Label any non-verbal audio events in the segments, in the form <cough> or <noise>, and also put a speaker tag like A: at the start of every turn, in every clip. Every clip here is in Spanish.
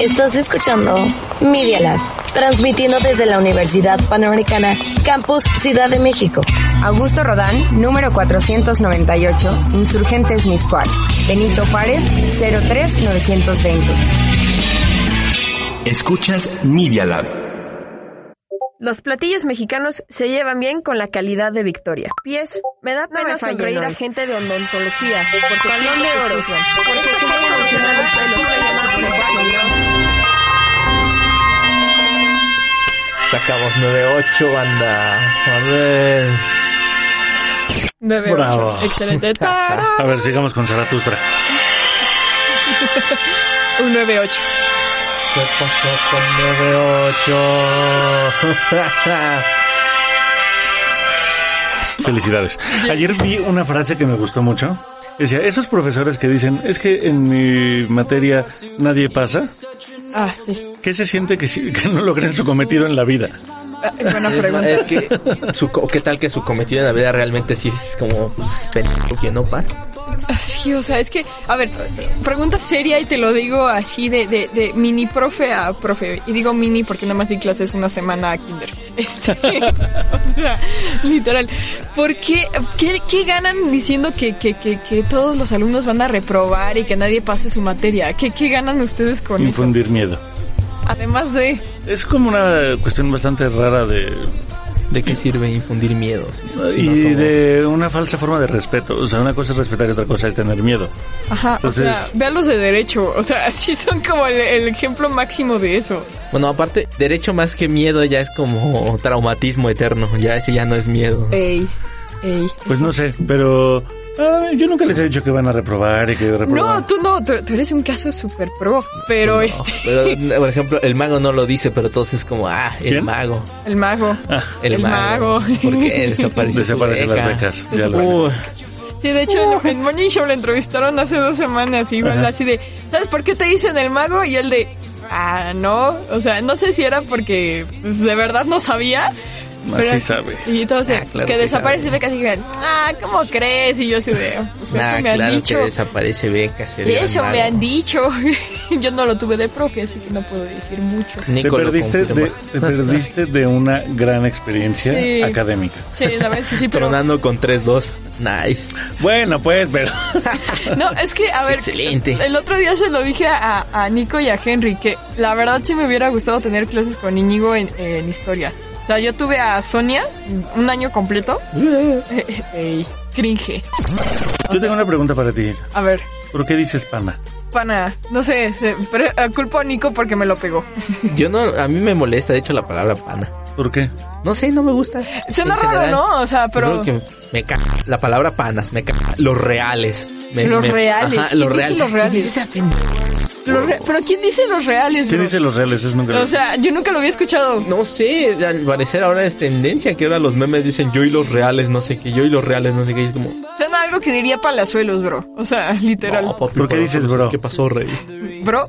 A: Estás escuchando Media Lab, transmitiendo desde la Universidad Panamericana, Campus Ciudad de México.
B: Augusto Rodán, número 498, Insurgentes Miscual. Benito Juárez, 03920.
C: Escuchas Media Lab.
D: Los platillos mexicanos se llevan bien con la calidad de Victoria. Pies, me da pena
B: me fallen
D: sonreír
B: hoy.
D: a gente de odontología, porque Salón de Oro, porque si voy a mencionar los pelos, voy a llamar por el baño,
E: Sacamos 9-8, banda. A ver.
F: 9
E: Bravo.
F: Excelente. Tará.
G: A ver, sigamos con Zaratustra.
F: Un 9-8.
E: ¿Qué pasó
G: <laughs>
E: con 9-8?
G: Felicidades. Ayer vi una frase que me gustó mucho. Decía, esos profesores que dicen, es que en mi materia nadie pasa,
F: Ah, sí.
G: ¿qué se siente que, si- <laughs> que no logren su cometido en la vida?
F: Ah, buena pregunta.
E: Es, es que, su, co- ¿qué tal que su cometido en la vida realmente sí es como pues, pendejo que no pasa?
F: Ah, Sí, o sea, es que, a ver, pregunta seria y te lo digo así de, de, de mini profe a profe. Y digo mini porque nada más di clases una semana a kinder. <laughs> Este, o sea, literal. ¿Por qué, qué, qué ganan diciendo que, que, que, que todos los alumnos van a reprobar y que nadie pase su materia? ¿Qué, qué ganan ustedes con eso?
G: Infundir miedo.
F: Además de...
G: Es como una cuestión bastante rara de...
E: ¿De qué sirve infundir miedo? Si, so- si
G: y
E: no somos-
G: de una falsa forma de respeto. O sea, una cosa es respetar y otra cosa es tener miedo.
F: Ajá,
G: Entonces-
F: o sea, vean los de derecho, o sea, <laughs> sí son como el, el ejemplo máximo de eso.
E: Bueno, aparte, derecho más que miedo ya es como traumatismo eterno. Ya ese ya no es miedo.
F: Ey, ey.
G: Pues no sé, pero... ah, yo nunca les he dicho que van a reprobar y que reprobar.
F: No, tú no, tú, tú eres un caso súper pro, pero este, <laughs>
E: Pero, n- por ejemplo, el mago no lo dice, pero todos es como, ah, el
G: ¿Quién?
E: mago.
F: el mago.
G: Ah.
E: El,
F: El
E: mago.
F: mago.
E: Porque desapareció. su
G: Desaparecen las
E: beca.
G: becas. Ya lo sé.
F: Sí, de hecho, en, en Morning Show le entrevistaron hace dos semanas, igual
G: Ajá.
F: así de, ¿sabes por qué te dicen el mago? Y él de, ah, no, o sea, no sé si era porque pues, de verdad no sabía.
G: Así
F: pero-
G: Ah, sabe.
F: Y entonces,
E: Ah, claro
F: que
E: que
F: desaparece,
E: sabe.
F: ve casi dijeron, ah, ¿cómo crees? Y yo así de, pues eso
E: Nah,
F: me han
E: Ah, claro que
F: dicho.
E: desaparece beca. Se ve al
F: Eso me
E: mago.
F: han dicho. <laughs> Yo no lo tuve de profe, así que no puedo decir mucho.
G: Te
E: Nico lo
G: perdiste, de,
E: confirma.
G: te perdiste de una gran experiencia
F: Sí.
G: académica.
F: Sí, la verdad es que sí, pero...
E: Tronando con 3-2. Nice.
G: Bueno, pues, pero...
F: No, es que, a ver,
E: Excelente.
F: el otro día se lo dije a, a Nico y a Henry, que la verdad sí me hubiera gustado tener clases con Íñigo en, en historia. O sea, yo tuve a Sonia un año completo. Ey, cringe.
G: Yo tengo una pregunta para ti.
F: A ver,
G: ¿Por qué dices pana?
F: pana, no sé, se- pero eh, culpo a Nico porque me lo pegó.
E: Yo no, a mí me molesta, de hecho, la palabra pana.
G: ¿Por qué?
E: No sé, no me gusta.
F: Suena raro,
E: En general,
F: ¿no? O sea, pero...
E: yo creo que me caga la palabra panas, me caga los reales. Me-
F: Los
E: me-
F: reales.
E: Ajá,
F: ¿Quién
E: los
F: dice
E: reales.
F: los reales?
E: ¿Quién dice esa pendeja?
F: Los re- pero ¿quién dice los reales?
G: ¿Qué
F: bro?
G: dicen los reales? Es nunca lo-
F: O sea, yo nunca lo había escuchado.
E: No sé, al parecer ahora es tendencia que ahora los memes dicen yo y los reales, no sé qué, yo y los reales, no sé qué. y es como,
F: Suena algo que diría Palazuelos, bro. O sea, <laughs> literal.
E: no, papi,
G: ¿Por qué
E: pero
G: dices
E: no sabes
G: bro?
E: ¿Qué pasó, rey?
F: Bro,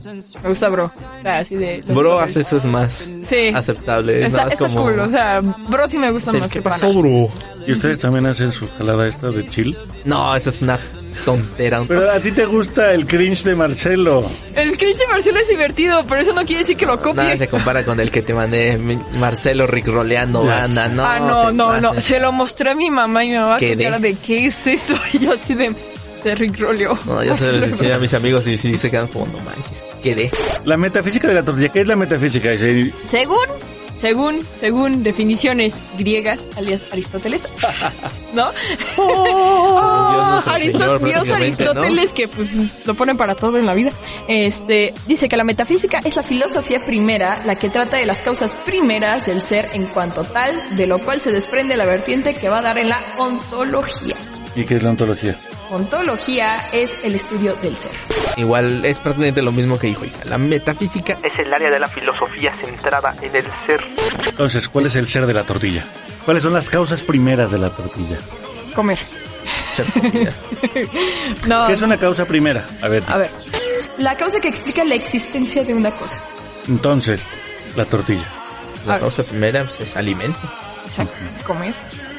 F: me gusta bro. O sea, así de...
E: Bro, hace eso es más
F: Sí.
E: aceptable. Es
F: Está,
E: más
F: está
E: como,
F: cool, o sea, bro sí me gusta
E: "Sí,
F: más
E: ¿Qué
F: que
E: pasó,
F: pana.
E: bro?
G: ¿Y ustedes también hacen su jalada esta de chill?
E: No, eso es una tontera. un-
G: Pero a ti te gusta el cringe de Marcelo.
F: El Cristian Marcelo es divertido, pero eso no quiere decir que lo
E: Nada
F: copie.
E: se compara con el que te mandé mi- Marcelo Ricroleando
G: Ya
E: banda,
G: sé.
E: no.
F: ah, no,
E: te
F: no, no.
E: pases.
F: Se lo mostré a mi mamá y mi mamá con
E: Quedé.
F: cara de ¿qué es eso? <laughs> Y yo así de... Se rigroleó.
E: No, yo se
F: Así
E: los
F: de- <laughs>
E: enseñé a mis amigos y sí se quedan como, no manches, quedé.
G: La metafísica de la tortilla. ¿Qué es la metafísica? Dice,
F: Según, según, según definiciones griegas, alias Aristóteles, ¿no?
E: Dios nuestro
F: Aristó-
E: Señor,
F: Dios
E: prácticamente,
F: Aristóteles, que pues lo ponen para todo en la vida. Este dice que la metafísica es la filosofía primera, la que trata de las causas primeras del ser en cuanto tal, de lo cual se desprende la vertiente que va a dar en la ontología.
G: ¿Y qué es la ontología?
F: Ontología es el estudio del ser.
E: Igual es prácticamente lo mismo que dijo Isa. La metafísica es el área de la filosofía centrada en el ser.
G: Entonces, ¿cuál es el ser de la tortilla? ¿Cuáles son las causas primeras de la tortilla?
F: Comer. <laughs>
E: Ser comida.
F: No.
G: ¿Qué es una causa primera? A ver,
F: A ver. La causa que explica la existencia de una cosa.
G: entonces, la tortilla.
E: La
F: Ah.
E: causa primera pues, es alimento.
F: Exacto. Comer.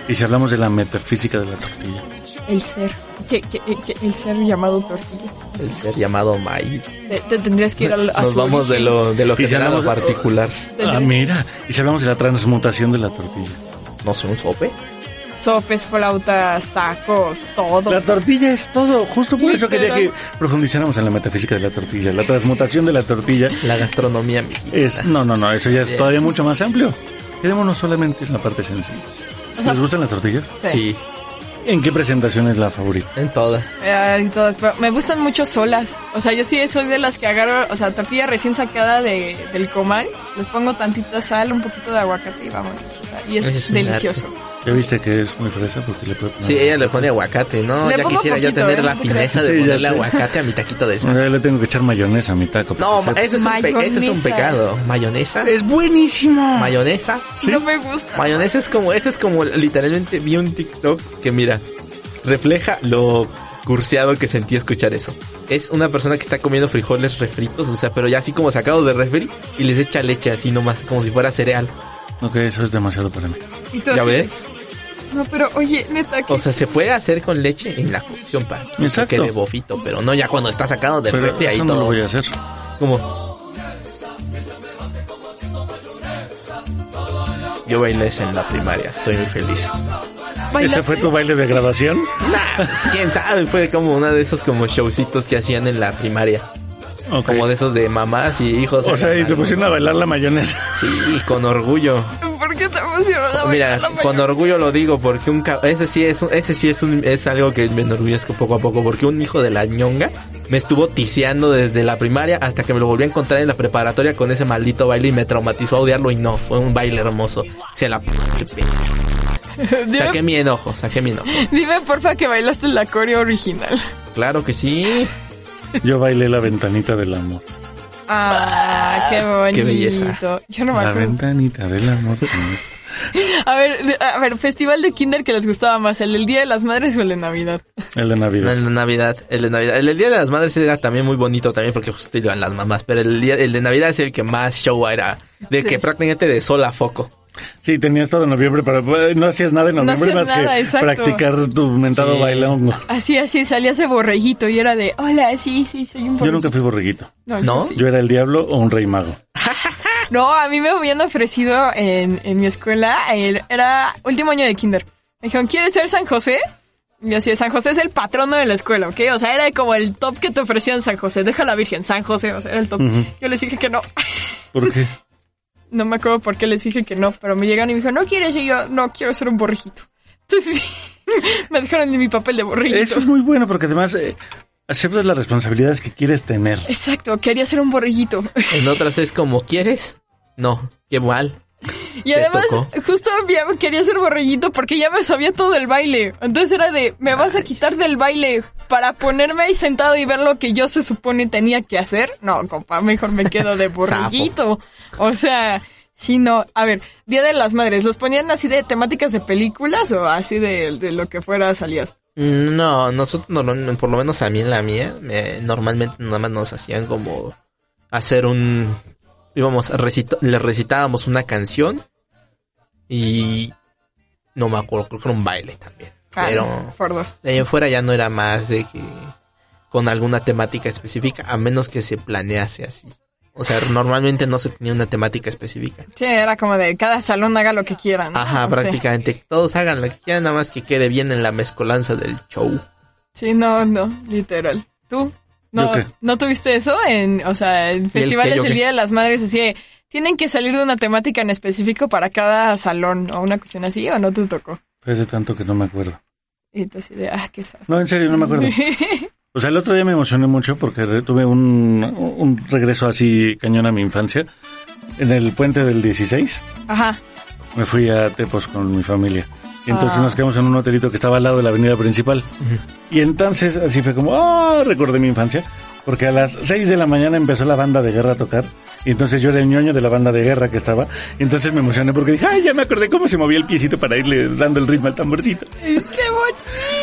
G: Y si hablamos de la metafísica de la tortilla.
F: El ser. Que, que- que- el ser llamado tortilla.
E: El ser llamado May.
F: Te, te tendrías que ir al- a
E: Nos
F: su
E: vamos de
F: origen.
E: lo, de lo
G: Y si
E: general a lo
G: hablamos de-
E: particular.
G: Ah,
F: Tendrías-
G: mira. Y si hablamos de la transmutación de la tortilla.
E: No sé, un sope.
F: Sopes, flautas, tacos, todo.
G: La tortilla es todo. Justo por eso quería
F: Literal.
G: que profundizáramos en la metafísica de la tortilla. La transmutación de la tortilla
E: La gastronomía mexicana.
G: es... No, no, no. Eso ya es todavía mucho más amplio. Quedémonos solamente en la parte sencilla. ¿Les gustan las tortillas?
E: Sí,
G: ¿En qué presentación es la favorita?
E: en todas.
F: Eh, y todo, pero me gustan mucho solas. O sea, yo sí soy de las que agarro, o sea, tortilla recién sacada de, del comal, les pongo tantita sal, un poquito de aguacate y vamos. O sea, y es,
E: Ese es un
F: delicioso.
G: ¿Ya viste que es muy fresa? Porque le puede poner-
E: Sí, ella le pone aguacate, ¿no?
F: Le
E: ya
F: pongo
E: quisiera yo
F: poquito,
E: tener
F: ¿eh?
E: la
F: No te creas.
E: fineza de
G: Sí, ya
E: ponerle
G: sé.
E: aguacate a mi taquito de
G: <laughs>
E: sal.
G: Ahora le tengo que echar mayonesa a mi taco. para
E: No,
G: que
E: ma-
G: sepa.
E: eso es, un pe- eso es un
F: Mayonesa.
E: pecado. Mayonesa.
G: es buenísima.
E: Mayonesa.
F: No me gusta.
E: Mayonesa es como, eso es como literalmente vi un TikTok que mira, refleja lo curseado que sentí escuchar eso. Es una persona que está comiendo frijoles refritos, o sea, pero ya así como sacados de refri y les echa leche así nomás, como si fuera cereal.
G: Ok, eso es demasiado para mí.
F: Y tú
E: ¿Ya
F: así de-
E: ves?
F: No, pero oye, neta, que
E: O sea, se puede hacer con leche en la cocción para
G: Exacto.
E: que quede bofito, pero no ya cuando está sacado del
G: Pero
E: refri ahí
G: eso no lo
E: todo.
G: voy a hacer.
E: Como. Yo bailé eso en la primaria, soy muy feliz.
F: bailaste.
E: Oh,
G: ¿Ese fue tu baile de graduación?
E: Nah, quién sabe, fue como uno de esos como showcitos que hacían en la primaria.
G: Ok.
E: Como de esos de mamás y hijos.
G: O sea, y te
E: Algo.
G: pusieron a bailar la mayonesa.
E: Sí, con orgullo.
F: ¿Por qué te emocionó?
E: Mira,
F: <laughs>
E: con orgullo lo digo porque un cab- ese sí es un- ese sí es un- es algo que me enorgullezco poco a poco porque un hijo de la ñonga me estuvo tiseando desde la primaria hasta que me lo volví a encontrar en la preparatoria con ese maldito baile y me traumatizó a odiarlo y no, fue un baile hermoso. Se la saqué mi enojo, saqué mi enojo.
F: Dime, porfa, que bailaste la coreo original.
E: Claro que sí.
G: <laughs> Yo bailé la ventanita del amor.
F: Ah, qué bonito.
E: qué belleza.
F: Yo no me
G: La
F: acuerdo.
G: ventanita del <laughs> amor.
F: A ver, de- a ver, festival de kinder que les gustaba más, el del Día de las Madres o el de Navidad.
G: El de
E: No,
G: Navidad.
E: el de Navidad, el de Navidad. El, del Día de las Madres era también muy bonito también porque justo iban las mamás, pero el, día, el de Navidad es el que más show era, de que prácticamente de sol a foco.
G: Sí, tenías todo noviembre, pero eh, no hacías nada en
F: No
G: noviembre
F: hacías
G: más que
F: nada, exacto.
G: practicar tu mentado
E: Sí.
G: bailongo.
F: Así, así, salía ese borreguito y era de, hola, sí, sí, soy un
G: Yo
F: borreguito.
G: nunca fui borreguito.
F: No,
E: ¿No?
F: yo sí.
G: Yo era el diablo o un rey mago.
F: No, a mí me habían ofrecido en, en mi escuela, el- era último año de kinder. Me dijeron, ¿quieres ser San José? Y así, San José es el patrono de la escuela, ¿ok? O sea, era como el top que te ofrecían San José. Deja la Virgen, San José, o sea, era el top. Yo les dije que no.
G: ¿Por qué?
F: No me acuerdo por qué les dije que no, pero me llegaron y me dijeron, ¿no quieres? Y yo, no, quiero ser un borrejito. Entonces, <laughs> me dejaron en mi papel de borrejito.
G: <laughs> Eso es muy bueno porque además eh, aceptas las responsabilidades que quieres tener.
F: Exacto, quería ser un borrejito.
E: En otras es como, ¿quieres? No, qué mal.
F: Y además,
E: tocó?
F: justo ya quería ser borrejito porque ya me sabía todo el baile. Entonces era de, me vas a quitar del baile para ponerme ahí sentado y ver lo que yo se supone tenía que hacer. No, compa, mejor me quedo de borrejito. o sea, sí, no. A ver, Día de las Madres, ¿los ponían así de temáticas de películas o así de, de lo que fuera salías?
E: No, nosotros, normal- por lo menos a mí en la mía, me- normalmente nada más nos hacían como hacer un... íbamos, a recita- le recitábamos una canción y... No me acuerdo, creo que era un baile también.
F: Ah,
E: Pero...
F: por dos.
E: De ahí en fuera ya no era más de que con alguna temática específica, a menos que se planease así. O sea, normalmente no se tenía una temática específica.
F: Sí, era como de cada salón haga lo que quiera, ¿no?
E: Ajá,
F: O sea,
E: prácticamente todos hagan lo que quieran, nada más que quede bien en la mezcolanza del show.
F: Sí, no, no, literal. ¿Tú? ¿No,
G: ¿Yo qué?
F: ¿no tuviste eso? En, o sea, en festivales
E: yo
F: del
E: qué?
F: Día de las Madres, así de, ¿tienen que salir de una temática en específico para cada salón o una cuestión así o no te tocó?
G: Fue hace tanto que no me acuerdo.
F: Y tú así de, ah, qué sad.
G: No, en serio, no me acuerdo. O sea, el otro día me emocioné mucho porque re- tuve un, un regreso así cañón a mi infancia. En el puente del 16
F: <laughs> Ajá.
G: me fui a Tepos con mi familia. Y entonces nos quedamos en un hotelito que estaba al lado de la avenida principal. Y entonces así fue como, ah, recordé mi infancia. Porque a las 6 de la mañana empezó la banda de guerra a tocar. Y entonces yo era el ñoño de la banda de guerra que estaba. Y entonces me emocioné porque dije, ay, ya me acordé cómo se movía el piecito para irle dando el ritmo al tamborcito.
F: ¡Qué bonito!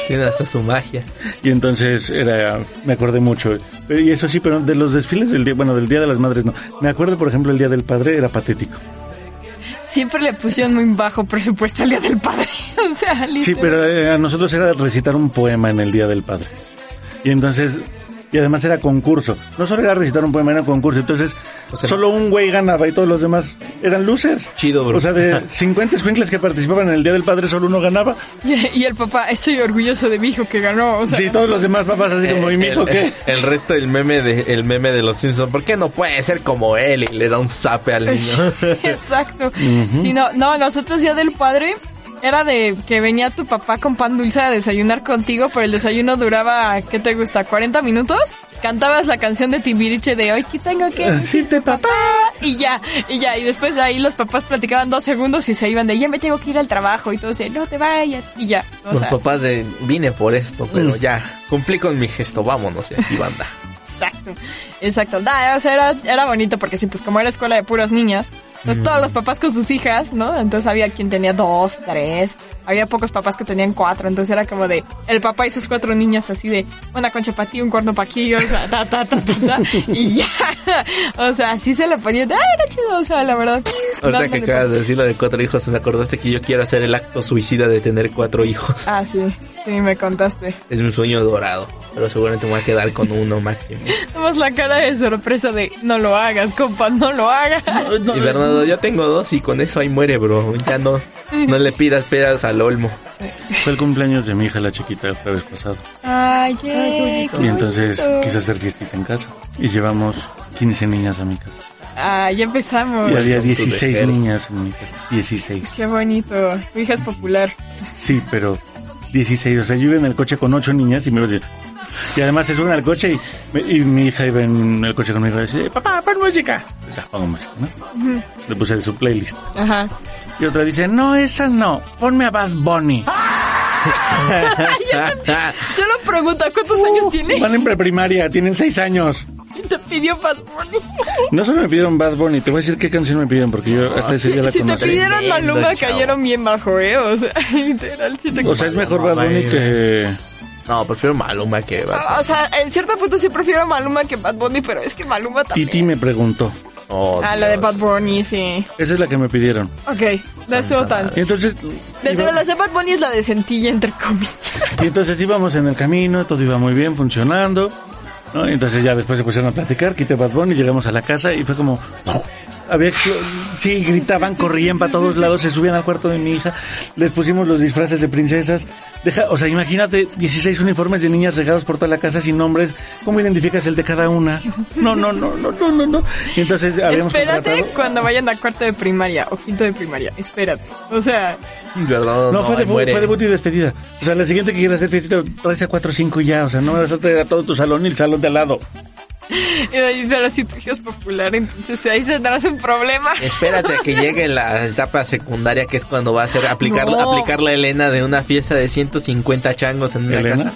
E: Tiene hasta su magia.
G: Y entonces era, me acordé mucho. Y eso sí, pero de los desfiles del día, bueno, del Día de las Madres no. Me acuerdo, por ejemplo, el Día del Padre era patético.
F: Siempre le pusieron muy bajo presupuesto al Día del Padre. <laughs> O sea,
G: Sí,
F: literal.
G: pero eh, a nosotros era recitar un poema en el Día del Padre. Y entonces, y además era concurso. No solo era recitar un poema, era concurso. Entonces,
E: sea,
G: solo un güey ganaba y todos los demás eran losers.
E: Chido, bro.
G: O sea, <laughs> de 50 escuincles que participaban en el Día del Padre, solo uno ganaba.
F: Y, y el papá, estoy orgulloso de mi hijo que ganó. O sea,
G: sí, todos los demás papás así como, ¿y mi hijo
E: el,
G: qué? <laughs>
E: el resto del meme de el meme de los Simpsons, ¿por qué no puede ser como él? Y le da un zape al niño.
F: Exacto. Sí, no, no, nosotros Día del Padre era de que venía tu papá con pan dulce a desayunar contigo, pero el desayuno duraba, ¿qué te gusta? ¿40 minutos? Cantabas la canción de Timbiriche de hoy, ¿qué tengo que
G: <laughs>
F: decir?
G: Decirte papá.
F: Y ya, y ya, y después ahí los papás platicaban dos segundos y se iban de ya me tengo que ir al trabajo y todos de no te vayas y ya. <laughs> O
E: los
F: sea, Mm.
E: papás de vine por esto, pero ya cumplí con mi gesto, vámonos y
F: <laughs>
E: aquí banda.
F: Exacto, exacto. Nah, o sea, era, era bonito porque sí, pues como era escuela de puras niñas, pues todos los papás con sus hijas, ¿no? Entonces había quien tenía dos, tres, había pocos papás que tenían cuatro, entonces era como de el papá y sus cuatro niñas así de una concha para ti, un cuerno para aquí, o sea, ta, ta, ta, ta, ta, y ya. <laughs> O sea, así se le ponía, ah, era chido, o sea, la verdad.
E: Ahorita que
F: dándole
E: acabas de decir lo de cuatro hijos, me acordaste que yo quiero hacer el acto suicida de tener cuatro hijos.
F: todo. Ah, sí, sí, me contaste.
E: Es mi sueño dorado, pero seguramente me voy a quedar con uno máximo.
F: Nomás la cara de sorpresa de no lo hagas, compa, no lo hagas. <laughs>
E: Y Bernardo, yo tengo dos y con eso ahí muere, bro. Ya no, no le pidas peras al olmo.
G: Fue el cumpleaños de mi hija, la chiquita, el jueves pasado.
F: Ay, yay, qué
G: Y entonces
F: bonito.
G: quise hacer fiestita en casa. Y llevamos 15 niñas a mi casa.
F: Ah, ya empezamos.
G: Y había
E: tú
G: 16
E: dejaste.
G: niñas en mi casa. 16.
F: Qué bonito. Tu hija es popular. <laughs>
G: Sí, pero 16. O sea, yo iba en el coche con 8 niñas y me iba a decir- Y además se suben al coche y, me- y mi hija iba en el coche conmigo y decía, papá, pon música. Pues ya, pongo música, ¿no? Le puse su playlist.
F: Ajá.
G: Y otra dice, no, esa no, ponme a Bad Bunny. <laughs>
F: Solo pregunta, ¿cuántos años tiene?
G: Van en preprimaria, tienen 6 años.
F: Te pidió Bad Bunny.
G: No solo me pidieron Bad Bunny, te voy a decir qué canción me piden porque yo hasta ese día la
F: Si te
G: conocí.
F: pidieron
E: Tremendo,
F: Maluma,
E: chavo.
F: cayeron bien bajo, ¿eh? O sea, <laughs> literal, sí te-
G: O sea, es mejor
E: No,
G: Bad Bunny
E: no,
G: que...
E: No, prefiero Maluma que
F: <laughs>
E: Bad
F: O sea, en cierto punto sí prefiero a Maluma que Bad Bunny, pero es que Maluma también.
G: Titi me preguntó.
E: Oh,
F: Ah, la de
E: Dios.
F: Bad Bunny, sí.
G: Esa es la que me pidieron.
F: Ok, no estuvo tan.
G: Y entonces...
F: Dentro
G: iba-
F: de las de Bad Bunny es la de Centilla, entre comillas.
G: Y entonces íbamos en el camino, todo iba muy bien, funcionando. ¿no? Y entonces ya después se pusieron a platicar, quité Bad Bunny, llegamos a la casa y fue como... Había, sí, gritaban, corrían para todos lados, se subían al cuarto de mi hija, les pusimos los disfraces de princesas. Deja, o sea, imagínate 16 uniformes de niñas regados por toda la casa sin nombres. ¿Cómo identificas el de cada una? No, no, no, no, no, no. no. Y entonces <laughs> habíamos
F: Espérate
G: contratado-
F: cuando vayan a cuarto de primaria o quinto de primaria. Espérate. O sea,
E: Bernardo,
G: No,
E: no,
G: fue,
E: ahí
G: debut,
E: muere.
G: fue debut y despedida. O sea, la siguiente que quieras hacer fiesta, traes a 4 o 5 y ya. O sea, no vas a traer a todo tu salón y el salón de al lado.
F: Y de ahí será si tu hija es popular, entonces ahí tendrás un problema.
G: <laughs>
E: Espérate a que llegue la etapa secundaria, que es cuando va a ser aplicar,
F: No.
E: aplicar la Elena de una fiesta de 150 changos en una
G: ¿Elena?
E: casa.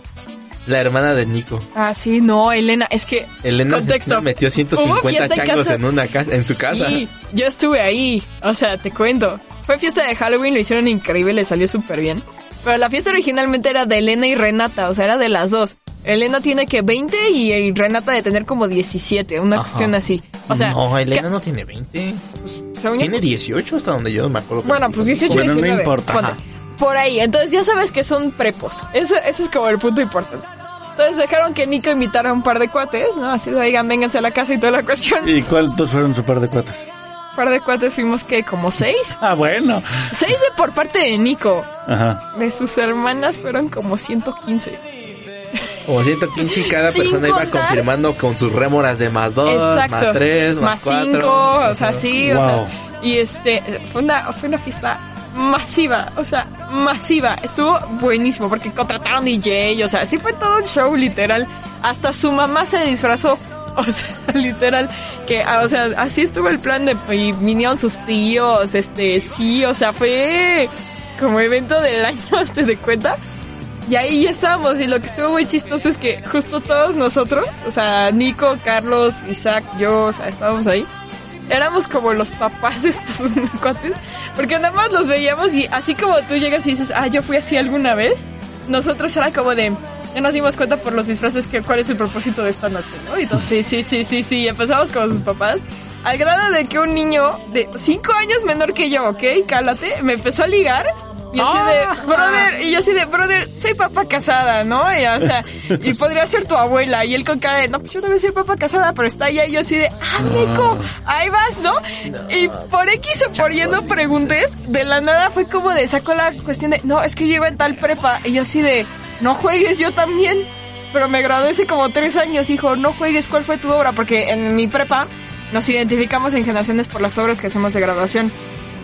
E: La hermana de Nico.
F: Ah, sí, no, Elena, es que...
E: Elena se metió
F: Hubo
E: 150
F: fiesta en
E: changos
F: casa.
E: en una casa, en su casa.
F: Sí, yo estuve ahí, o sea, te cuento. Fue fiesta de Halloween, lo hicieron increíble, le salió súper bien. Pero la fiesta originalmente era de Elena y Renata, o sea, era de las dos. Elena tiene que 20 y, y Renata de tener como 17, una
E: Ajá.
F: cuestión así. O sea,
E: no, Elena no tiene 20.
F: que- según yo-
E: Tiene 18 hasta donde yo no me acuerdo.
F: Bueno, pues 18,
G: Bueno, no
F: 19.
G: importa.
F: ponte.
E: Ajá.
F: Por ahí. Entonces ya sabes que son prepos. Eso, ese es como el punto importante. Entonces dejaron que Nico invitara a un par de cuates, ¿no? Así de, oigan, vénganse a la casa y toda la cuestión.
G: ¿Y cuántos fueron su par de cuates?
F: Un par de cuates fuimos, que ¿Como seis?
G: Ah, bueno.
F: Seis de por parte de Nico.
G: Ajá.
F: De sus hermanas fueron como 115.
E: Como 115 y cada
F: Sin
E: persona iba
F: contar-
E: confirmando con sus rémoras de Oh, más 2,
F: Exacto.
E: más 3, más
F: más
E: 4.
F: cinco, o sea, sí,
G: Wow.
F: o sea. Y este, fue una, fue una fiesta masiva, o sea, masiva. Estuvo buenísimo porque contrataron DJ, o sea, sí fue todo un show, literal. Hasta su mamá se disfrazó, <laughs> o sea, literal. Que, ah, o sea, así estuvo el plan de, y vinieron sus tíos, este, sí, o sea, fue como evento del año, <laughs> ¿te de cuenta? Y ahí ya estábamos, y lo que estuvo muy chistoso es que justo todos nosotros, o sea, Nico, Carlos, Isaac, yo, o sea, estábamos ahí. Éramos como los papás de estos <laughs> cuates, porque nada más los veíamos y así como tú llegas y dices, ah, yo fui así alguna vez, nosotros era como de, ya nos dimos cuenta por los disfraces que cuál es el propósito de esta noche, ¿no? Y entonces, sí, sí, sí, sí, sí, y empezamos con sus papás. Al grado de que un niño de 5 años menor que yo, ¿ok? Cálate, me empezó a ligar. Y yo así de, brother, y yo así de, brother, soy papá casada, ¿no? Y, o sea, y podría ser tu abuela. Y él con cara de, no, pues yo también soy papá casada, pero está allá. Y yo así de, ah, Nico, ahí vas, ¿no? Y por X o por Y no preguntes, de la nada fue como de, sacó la cuestión de, no, es que yo iba en tal prepa. Y yo así de, no juegues, yo también. Pero me gradué hace como tres años, hijo, no juegues, ¿cuál fue tu obra? Porque en mi prepa nos identificamos en generaciones por las obras que hacemos de graduación.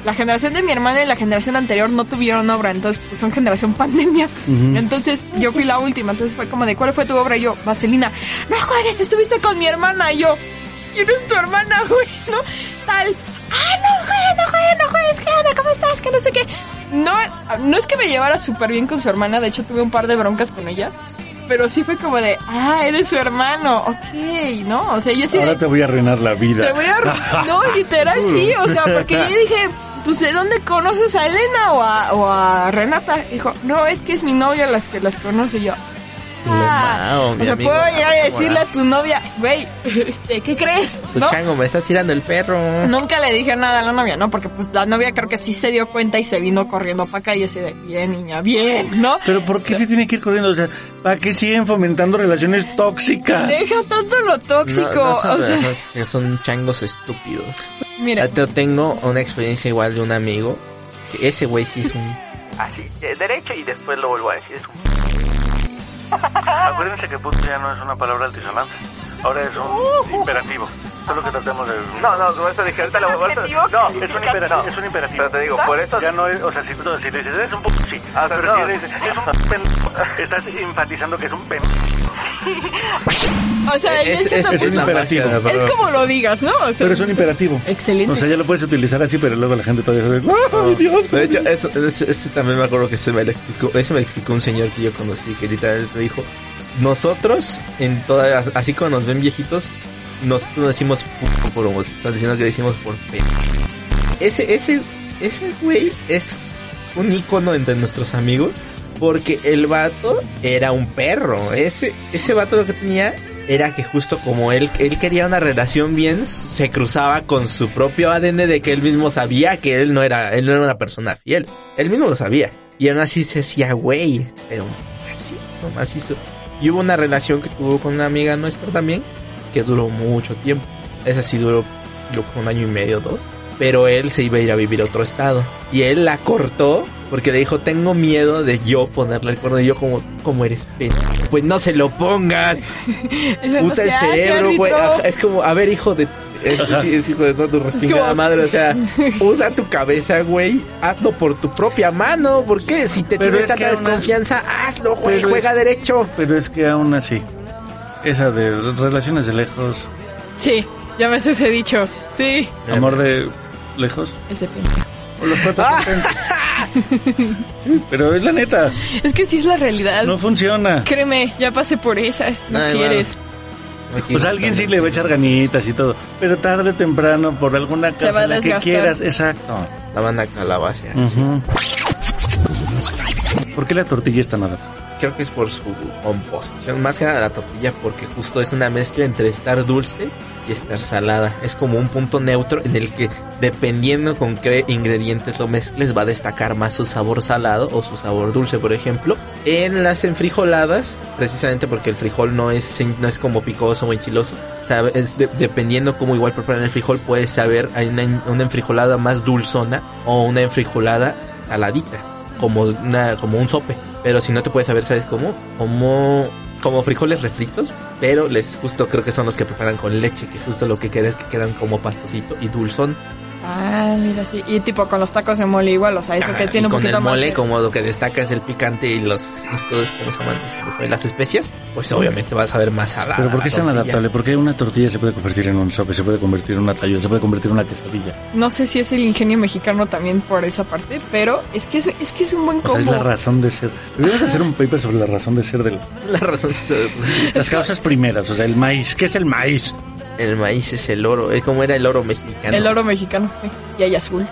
F: La generación de mi hermana y la generación anterior no tuvieron obra, entonces pues, son generación <laughs> pandemia. Entonces yo fui la última, entonces fue como de, ¿cuál fue tu obra? Y yo, Vaselina, no juegues, estuviste con mi hermana. Y yo, ¿quién es tu hermana, <laughs> güey? ¿No? Tal. Ah, no juegues, no juegues, no juegues, ¿qué onda? ¿Cómo estás? Que no sé qué. No, no es que me llevara súper bien con su hermana, de hecho tuve un par de broncas con ella. Pero sí fue como de, ah, eres su hermano, ok, ¿no? O sea, yo sí... de-
G: Ahora te voy a arruinar la vida.
F: te voy a
G: <laughs>
F: arru- No, literal, sí. O sea, porque yo dije, pues, ¿de dónde conoces a Elena o a, o a Renata? Dijo, no, es que es mi novia las que las conoce Y yo. Ah,
E: Wow, mi
F: o sea,
E: amigo,
F: puedo llegar y
E: enamorado. Pues
F: decirle a tu novia, güey, este, ¿qué crees?
E: Tu
F: ¿No?
E: chango, me estás tirando el perro.
F: Nunca le dije nada a la novia, ¿no? Porque pues la novia creo que sí se dio cuenta y se vino corriendo para acá y yo así de, bien, niña, bien, ¿no?
G: Pero ¿por qué se tiene que ir corriendo? O sea, ¿para qué siguen fomentando relaciones tóxicas?
F: Deja tanto lo tóxico,
E: No, no son
F: o sea,
E: brazos, que son changos estúpidos.
F: mira,
E: Ya te- tengo una experiencia igual de un amigo. que Ese güey sí es un...
H: Así, de derecho y después lo vuelvo a decir. Es un... Acuérdense que puto ya no es una palabra altisonante. Ahora es un imperativo. Eso es lo que tratemos de... Uh. No, no, con eso dije, ahorita lo vuelvo a No, es un imperativo. Es un imperativo. Pero te digo, por Ah, eso... Ya no es... O sea, si tú si le dices, es un puto... Sí. pero si le dices, es un pendejo. Estás enfatizando que es un pendejo.
F: o sea, el hecho
G: es
F: tampoco-
G: un
E: la
G: imperativo.
E: magia,
F: es,
E: ¿verdad?
F: como lo digas, ¿no? O sea,
G: Pero es un imperativo.
F: Excelente.
G: O sea, ya lo puedes utilizar así, pero luego la gente todavía sabe, ¡ay, Dios!
E: De hecho, eso, eso- eso también me acuerdo que se me lo explicó, eso me lo explicó un señor que yo conocí, que literalmente me dijo, nosotros, en todas, así como nos ven viejitos, nosotros no decimos puto por homos, estás diciendo que decimos por pedo. Ese, ese, ese güey es un icono entre nuestros amigos, porque el vato era un perro, ese, ese vato lo que tenía era que justo como él, él quería una relación bien, se cruzaba con su propio ADN de que él mismo sabía que él no era, él no era una persona fiel. Él mismo lo sabía. Y aún así se decía, güey, pero macizo, macizo. Y hubo una relación que tuvo con una amiga nuestra también, que duró mucho tiempo. Esa sí duró yo como un año y medio, dos. Pero él se iba a ir a vivir a otro estado. Y él la cortó porque le dijo, tengo miedo de yo ponerle el cuerno. Y yo como, ¿cómo eres pendejo? Pues no se lo pongas.
F: Eso no
E: Usa
F: se
E: el
F: hace,
E: cerebro, güey.
F: árbitro.
E: Ajá, Es como, a ver, hijo de... Es, sí, es hijo de toda tu respingada
F: como-
E: madre. O
F: <laughs>
E: sea, usa tu cabeza, güey. Hazlo por tu propia mano. ¿Por qué? Si te
G: Pero
E: tienes
G: es
E: tanta
G: que aún-
E: desconfianza, hazlo, güey.
G: Pero es-
E: Juega derecho.
G: Pero es que aún así, esa de relaciones de lejos,
F: Sí, ya me sé ese dicho. Sí.
G: amor de lejos,
F: Ese fin.
G: o los platos <laughs> contentes. Sí, pero es la neta,
F: Es que sí es la realidad.
G: no funciona.
F: Créeme, ya pasé por esas. No
E: Ay,
F: quieres.
G: Pues alguien sí le va a echar ganitas y todo, pero tarde o temprano, por alguna
F: Se va
G: cosa
F: a
G: en la que
F: desgastar.
G: quieras, exacto.
E: La banda calabacia.
G: Ujú. ¿Por qué la tortilla está nada?
E: Creo que es por su composición. Más que nada la tortilla, porque justo es una mezcla entre estar dulce y estar salada. Es como un punto neutro en el que, dependiendo con qué ingredientes lo mezcles, va a destacar más su sabor salado o su sabor dulce, por ejemplo. En las enfrijoladas, precisamente porque el frijol no es, no es como picoso o enchiloso. sabe- es de- dependiendo cómo igual preparan el frijol, puedes saber, hay una, en- una enfrijolada más dulzona o una enfrijolada saladita como una, como un sope. Pero si no te puedes saber, ¿sabes cómo? Como, como frijoles refritos, pero les justo creo que son los que preparan con leche, que justo lo que queda es que quedan como pastosito y dulzón.
F: Ah, mira, sí. Y tipo con los tacos de mole igual, o sea, eso
E: Ajá,
F: que tiene
E: Ah, y
F: un
E: con
F: poquito
E: el mole,
F: más. de-
E: como lo que destaca es el picante y los, estos, ¿cómo se llaman? Se me fue, Las especias, pues obviamente vas a ver más salada.
G: Pero ¿por qué es tan
E: tortilla.
G: adaptable? Porque una tortilla se puede convertir en un sope, se puede convertir en una talla, se puede convertir en una quesadilla.
F: No sé si es el ingenio mexicano también por esa parte, pero es que es, es que es un buen
G: O sea,
E: Pues
F: combo.
G: es la razón de ser. Deberíamos hacer un paper sobre la razón de ser de la-
E: <laughs> La razón de ser-
G: las causas primeras, o sea, el maíz. ¿Qué es el maíz?
E: El maíz es el oro, es como era el oro mexicano.
F: el oro mexicano, sí. Y hay azul.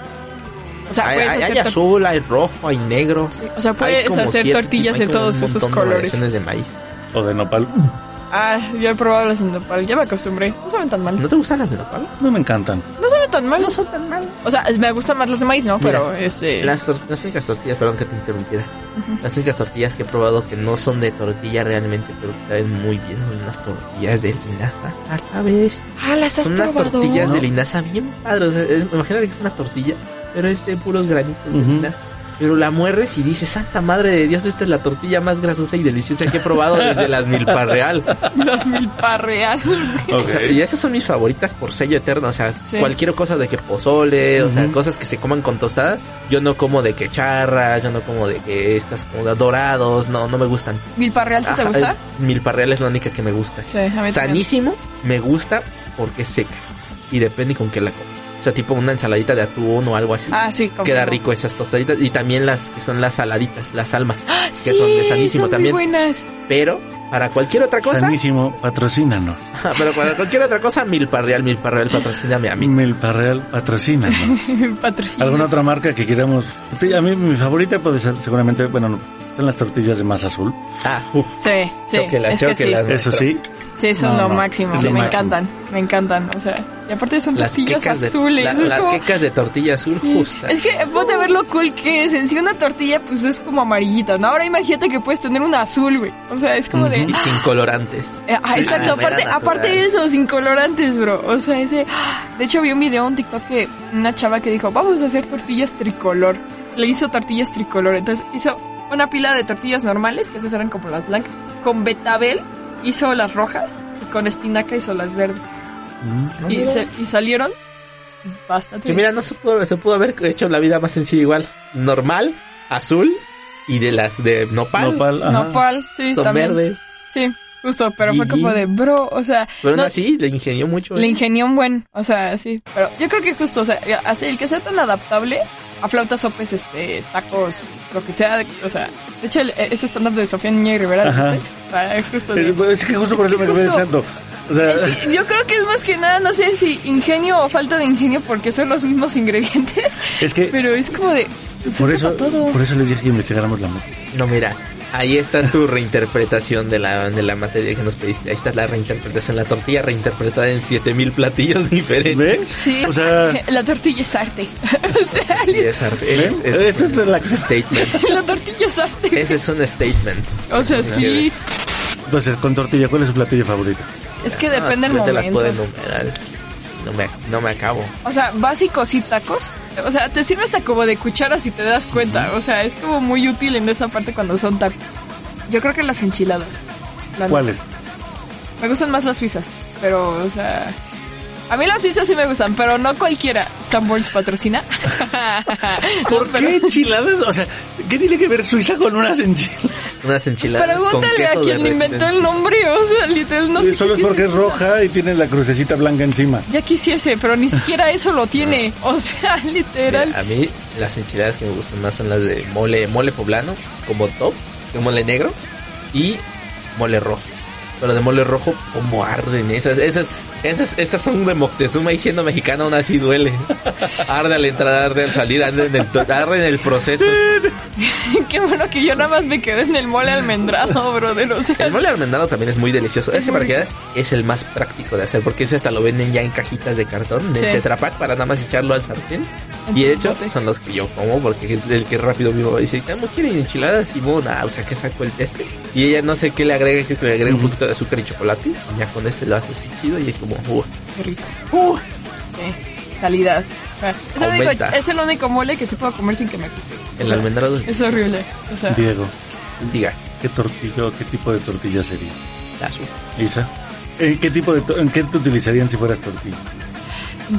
F: O sea,
E: Hay,
F: puedes
E: hay- hay
F: hacer tor-
E: azul, hay rojo, hay negro.
F: o sea, puedes
E: Hay como
F: hacer
E: siete-
F: tortillas
E: hay
F: de
E: como un
F: todos esos
E: montón de
F: colores.
E: variaciones de maíz.
G: O de nopal.
F: Ah, yo he probado las de nopal, ya me acostumbré. No saben tan mal.
E: ¿No te gustan las de nopal?
G: No me encantan.
F: No saben tan mal. No son tan mal. O sea, me gustan más las de maíz, ¿no? Pero
E: Mira,
F: este
E: Las, tor- las únicas tortillas, perdón que te interrumpiera. Las únicas tortillas que he probado que no son de tortilla realmente, pero que saben muy bien, son unas tortillas de linaza. A la vez.
F: Ah, las has
E: Son unas
F: probado.
E: tortillas de linaza bien padres. O sea, es- imagínate que es una tortilla, pero es de puros granitos de
G: Ujú.
E: linaza. Pero la muerdes y dices, Santa Madre de Dios, esta es la tortilla más grasosa y deliciosa que he probado desde las milpa real.
F: <laughs> Las milpa real.
E: O sea, y esas son mis favoritas por sello eterno. O sea,
F: Sí.
E: cualquier cosa de que pozole, o sea, cosas que se coman con tostada. Yo no como de que charras, yo no como de que estas como de dorados, no, no me gustan.
F: ¿Milpa real si te
E: Ajá,
F: gusta?
E: es- Milparreal es la única que me gusta.
F: Sí, a mí también.
E: Sanísimo, me gusta porque es seca. Y depende con qué la como. O sea, tipo una ensaladita de atún o algo así.
F: Ah, sí, confirmo.
E: Queda rico esas tostaditas. Y también las que son las saladitas, las almas. que
F: Ah, Sí,
E: son de sanísimo
F: son
E: también.
F: muy <laughs> buenas.
E: Pero para cualquier otra cosa,
G: Sanísimo, patrocínanos.
E: Ah, <laughs> Pero para cualquier otra cosa, Milparreal, Milparreal, patrocíname a
G: Mm.
E: mí.
G: Milparreal, patrocínanos.
F: Patrocinio.
G: ¿Alguna otra marca que queramos? Sí, a mí mi favorita puede ser seguramente, bueno, no, son las tortillas de masa azul.
E: Ah, uff.
F: Sí, sí.
E: Chóquelas,
F: es que
E: chóquelas.
F: sí.
G: Eso sí,
F: Sí, son
G: No,
F: lo
G: no,
F: máximo.
G: es
F: me
G: lo máximo.
F: encantan. Me encantan. O sea, y aparte son
E: Las
F: tortillas
E: quecas,
F: azules.
E: De, la-
F: es
E: las
F: como-
E: quecas de tortilla azul, justa.
F: Es que ponte a ver lo cool que es. En sí, una tortilla, pues es como amarillita, ¿no? Ahora imagínate que puedes tener una azul, güey. O sea, es como de.
E: Y sin colorantes.
F: Eh, Ah, exacto,
E: Ah, no era
F: aparte,
E: natural.
F: aparte de eso, sin colorantes, bro. O sea, ese. ah, De hecho, vi un video, un TikTok que una chava que dijo, vamos a hacer tortillas tricolor. Le hizo tortillas tricolor. Entonces hizo una pila de tortillas normales, que esas eran como las blancas. Con betabel hizo las rojas y con espinaca hizo las verdes. y, se- y salieron bastante.
E: Que Ah, mira, no se pudo, se pudo haber hecho la vida más sencilla igual. Normal, azul y de las de nopal.
G: nopal. ajá.
F: Nopal, sí,
E: Son
F: también.
E: verdes.
F: Sí, justo, pero fue
E: GG.
F: como de, bro, o sea,
E: Pero no,
F: no-
E: así, le ingenió mucho.
F: Le
E: ¿eh?
F: ingenió un buen, o sea, sí. Pero yo creo que justo, o sea, así, el que sea tan adaptable a flautas, sopes, este, tacos, lo que sea, o sea, de hecho, el- e-, ese estándar de Sofía Niña y Rivera,
G: Ajá.
F: ¿sí? O sea, justo. de-
G: Es, es que justo por
F: Es
G: eso
F: que
G: me quedé
F: justo-
G: pensando. O sea,
F: Sí, yo creo que es más que nada, no sé si ingenio o falta de ingenio, porque son los mismos ingredientes,
G: es que
F: pero es como de. pues,
G: por
F: usa
G: eso,
F: pa' todo.
G: por eso les dije que investigáramos la marca.
E: No, mira. Ahí está tu reinterpretación de la, de la materia que nos pediste. Ahí está la reinterpretación, la tortilla reinterpretada en 7000 platillos <laughs> diferentes.
G: ¿Ves?
F: Sí,
G: O sea,
F: <laughs> la tortilla es arte. <laughs> O sea,
E: Y es arte. Es,
G: ¿ves?
E: es
G: Esta es la cosa.
E: statement.
F: <laughs> la tortilla es arte.
E: Ese es un statement.
F: O sea, sí,
G: Entonces, con tortilla, ¿cuál es su platillo favorito?
F: es que depende del
E: No, te
F: momento.
E: las puedo enumerar. No me, no me acabo.
F: O sea, básicos y tacos. O sea, te sirve hasta como de cuchara si te das cuenta. O sea, es como muy útil en esa parte cuando son tacos. Yo creo que las enchiladas. La neta.
G: ¿Cuáles?
F: Me gustan más las suizas, pero, o sea... A mí las suizas sí me gustan, pero no cualquiera. Sanborns
G: <laughs>
F: patrocina.
G: ¿Por
F: No, pero-
G: qué enchiladas? O sea, ¿qué tiene que ver Suiza con unas enchiladas?
E: Unas enchiladas con
F: Pregúntale a
E: queso
F: quien
E: derretido.
F: inventó el nombre. O sea, literal, no sé.
G: Solo
F: qué
G: es porque
F: tiene
G: es
F: suiza.
G: roja y tiene la crucecita blanca encima.
F: Ya quisiese, pero ni siquiera eso lo
G: <laughs>
F: tiene. O sea, literal.
E: Mira, A mí las enchiladas que me gustan más son las de mole, mole poblano, como top, de mole negro y mole rojo. Pero de mole rojo, como arden esas, esas, esas, esas son de Moctezuma y siendo mexicano aún
F: <laughs>
E: así duele. Arde al entrar, arde al salir, arde en el, to- arde en el proceso.
F: <laughs> Qué bueno que yo nada más me quedé en el mole almendrado, brother. O sea,
E: El mole almendrado también es muy delicioso. Ese
F: muy
E: para que veas, es el más práctico de hacer, porque ese hasta lo venden ya en cajitas de cartón, de
F: Sí.
E: Tetra Pak, para nada más echarlo al sartén.
F: En
E: Y
F: su
E: de hecho,
F: bote.
E: son los que yo como, porque es el que rápido vivo dice, "Ah, ¿cómo quieren enchiladas? Y bueno, ah, o sea, que saco el teste. Y ella no sé qué le agrega, creo que le agrega un poquito de azúcar y chocolate. Y ya con este lo hace así chido y es como, uh,
F: qué rico.
E: uh.
F: Sí, calidad. Ah, Es el, único,
E: Aumenta.
F: es el único mole que se puede comer sin que me pique. O
E: El
F: sea,
E: almendrado
F: Es horrible. O sea,
G: Diego,
E: Diga,
G: ¿qué tortilla, o qué tipo de tortilla sería?
E: la azúcar.
G: Isa. ¿En qué tipo de to- en qué te utilizarían si fueras tortilla?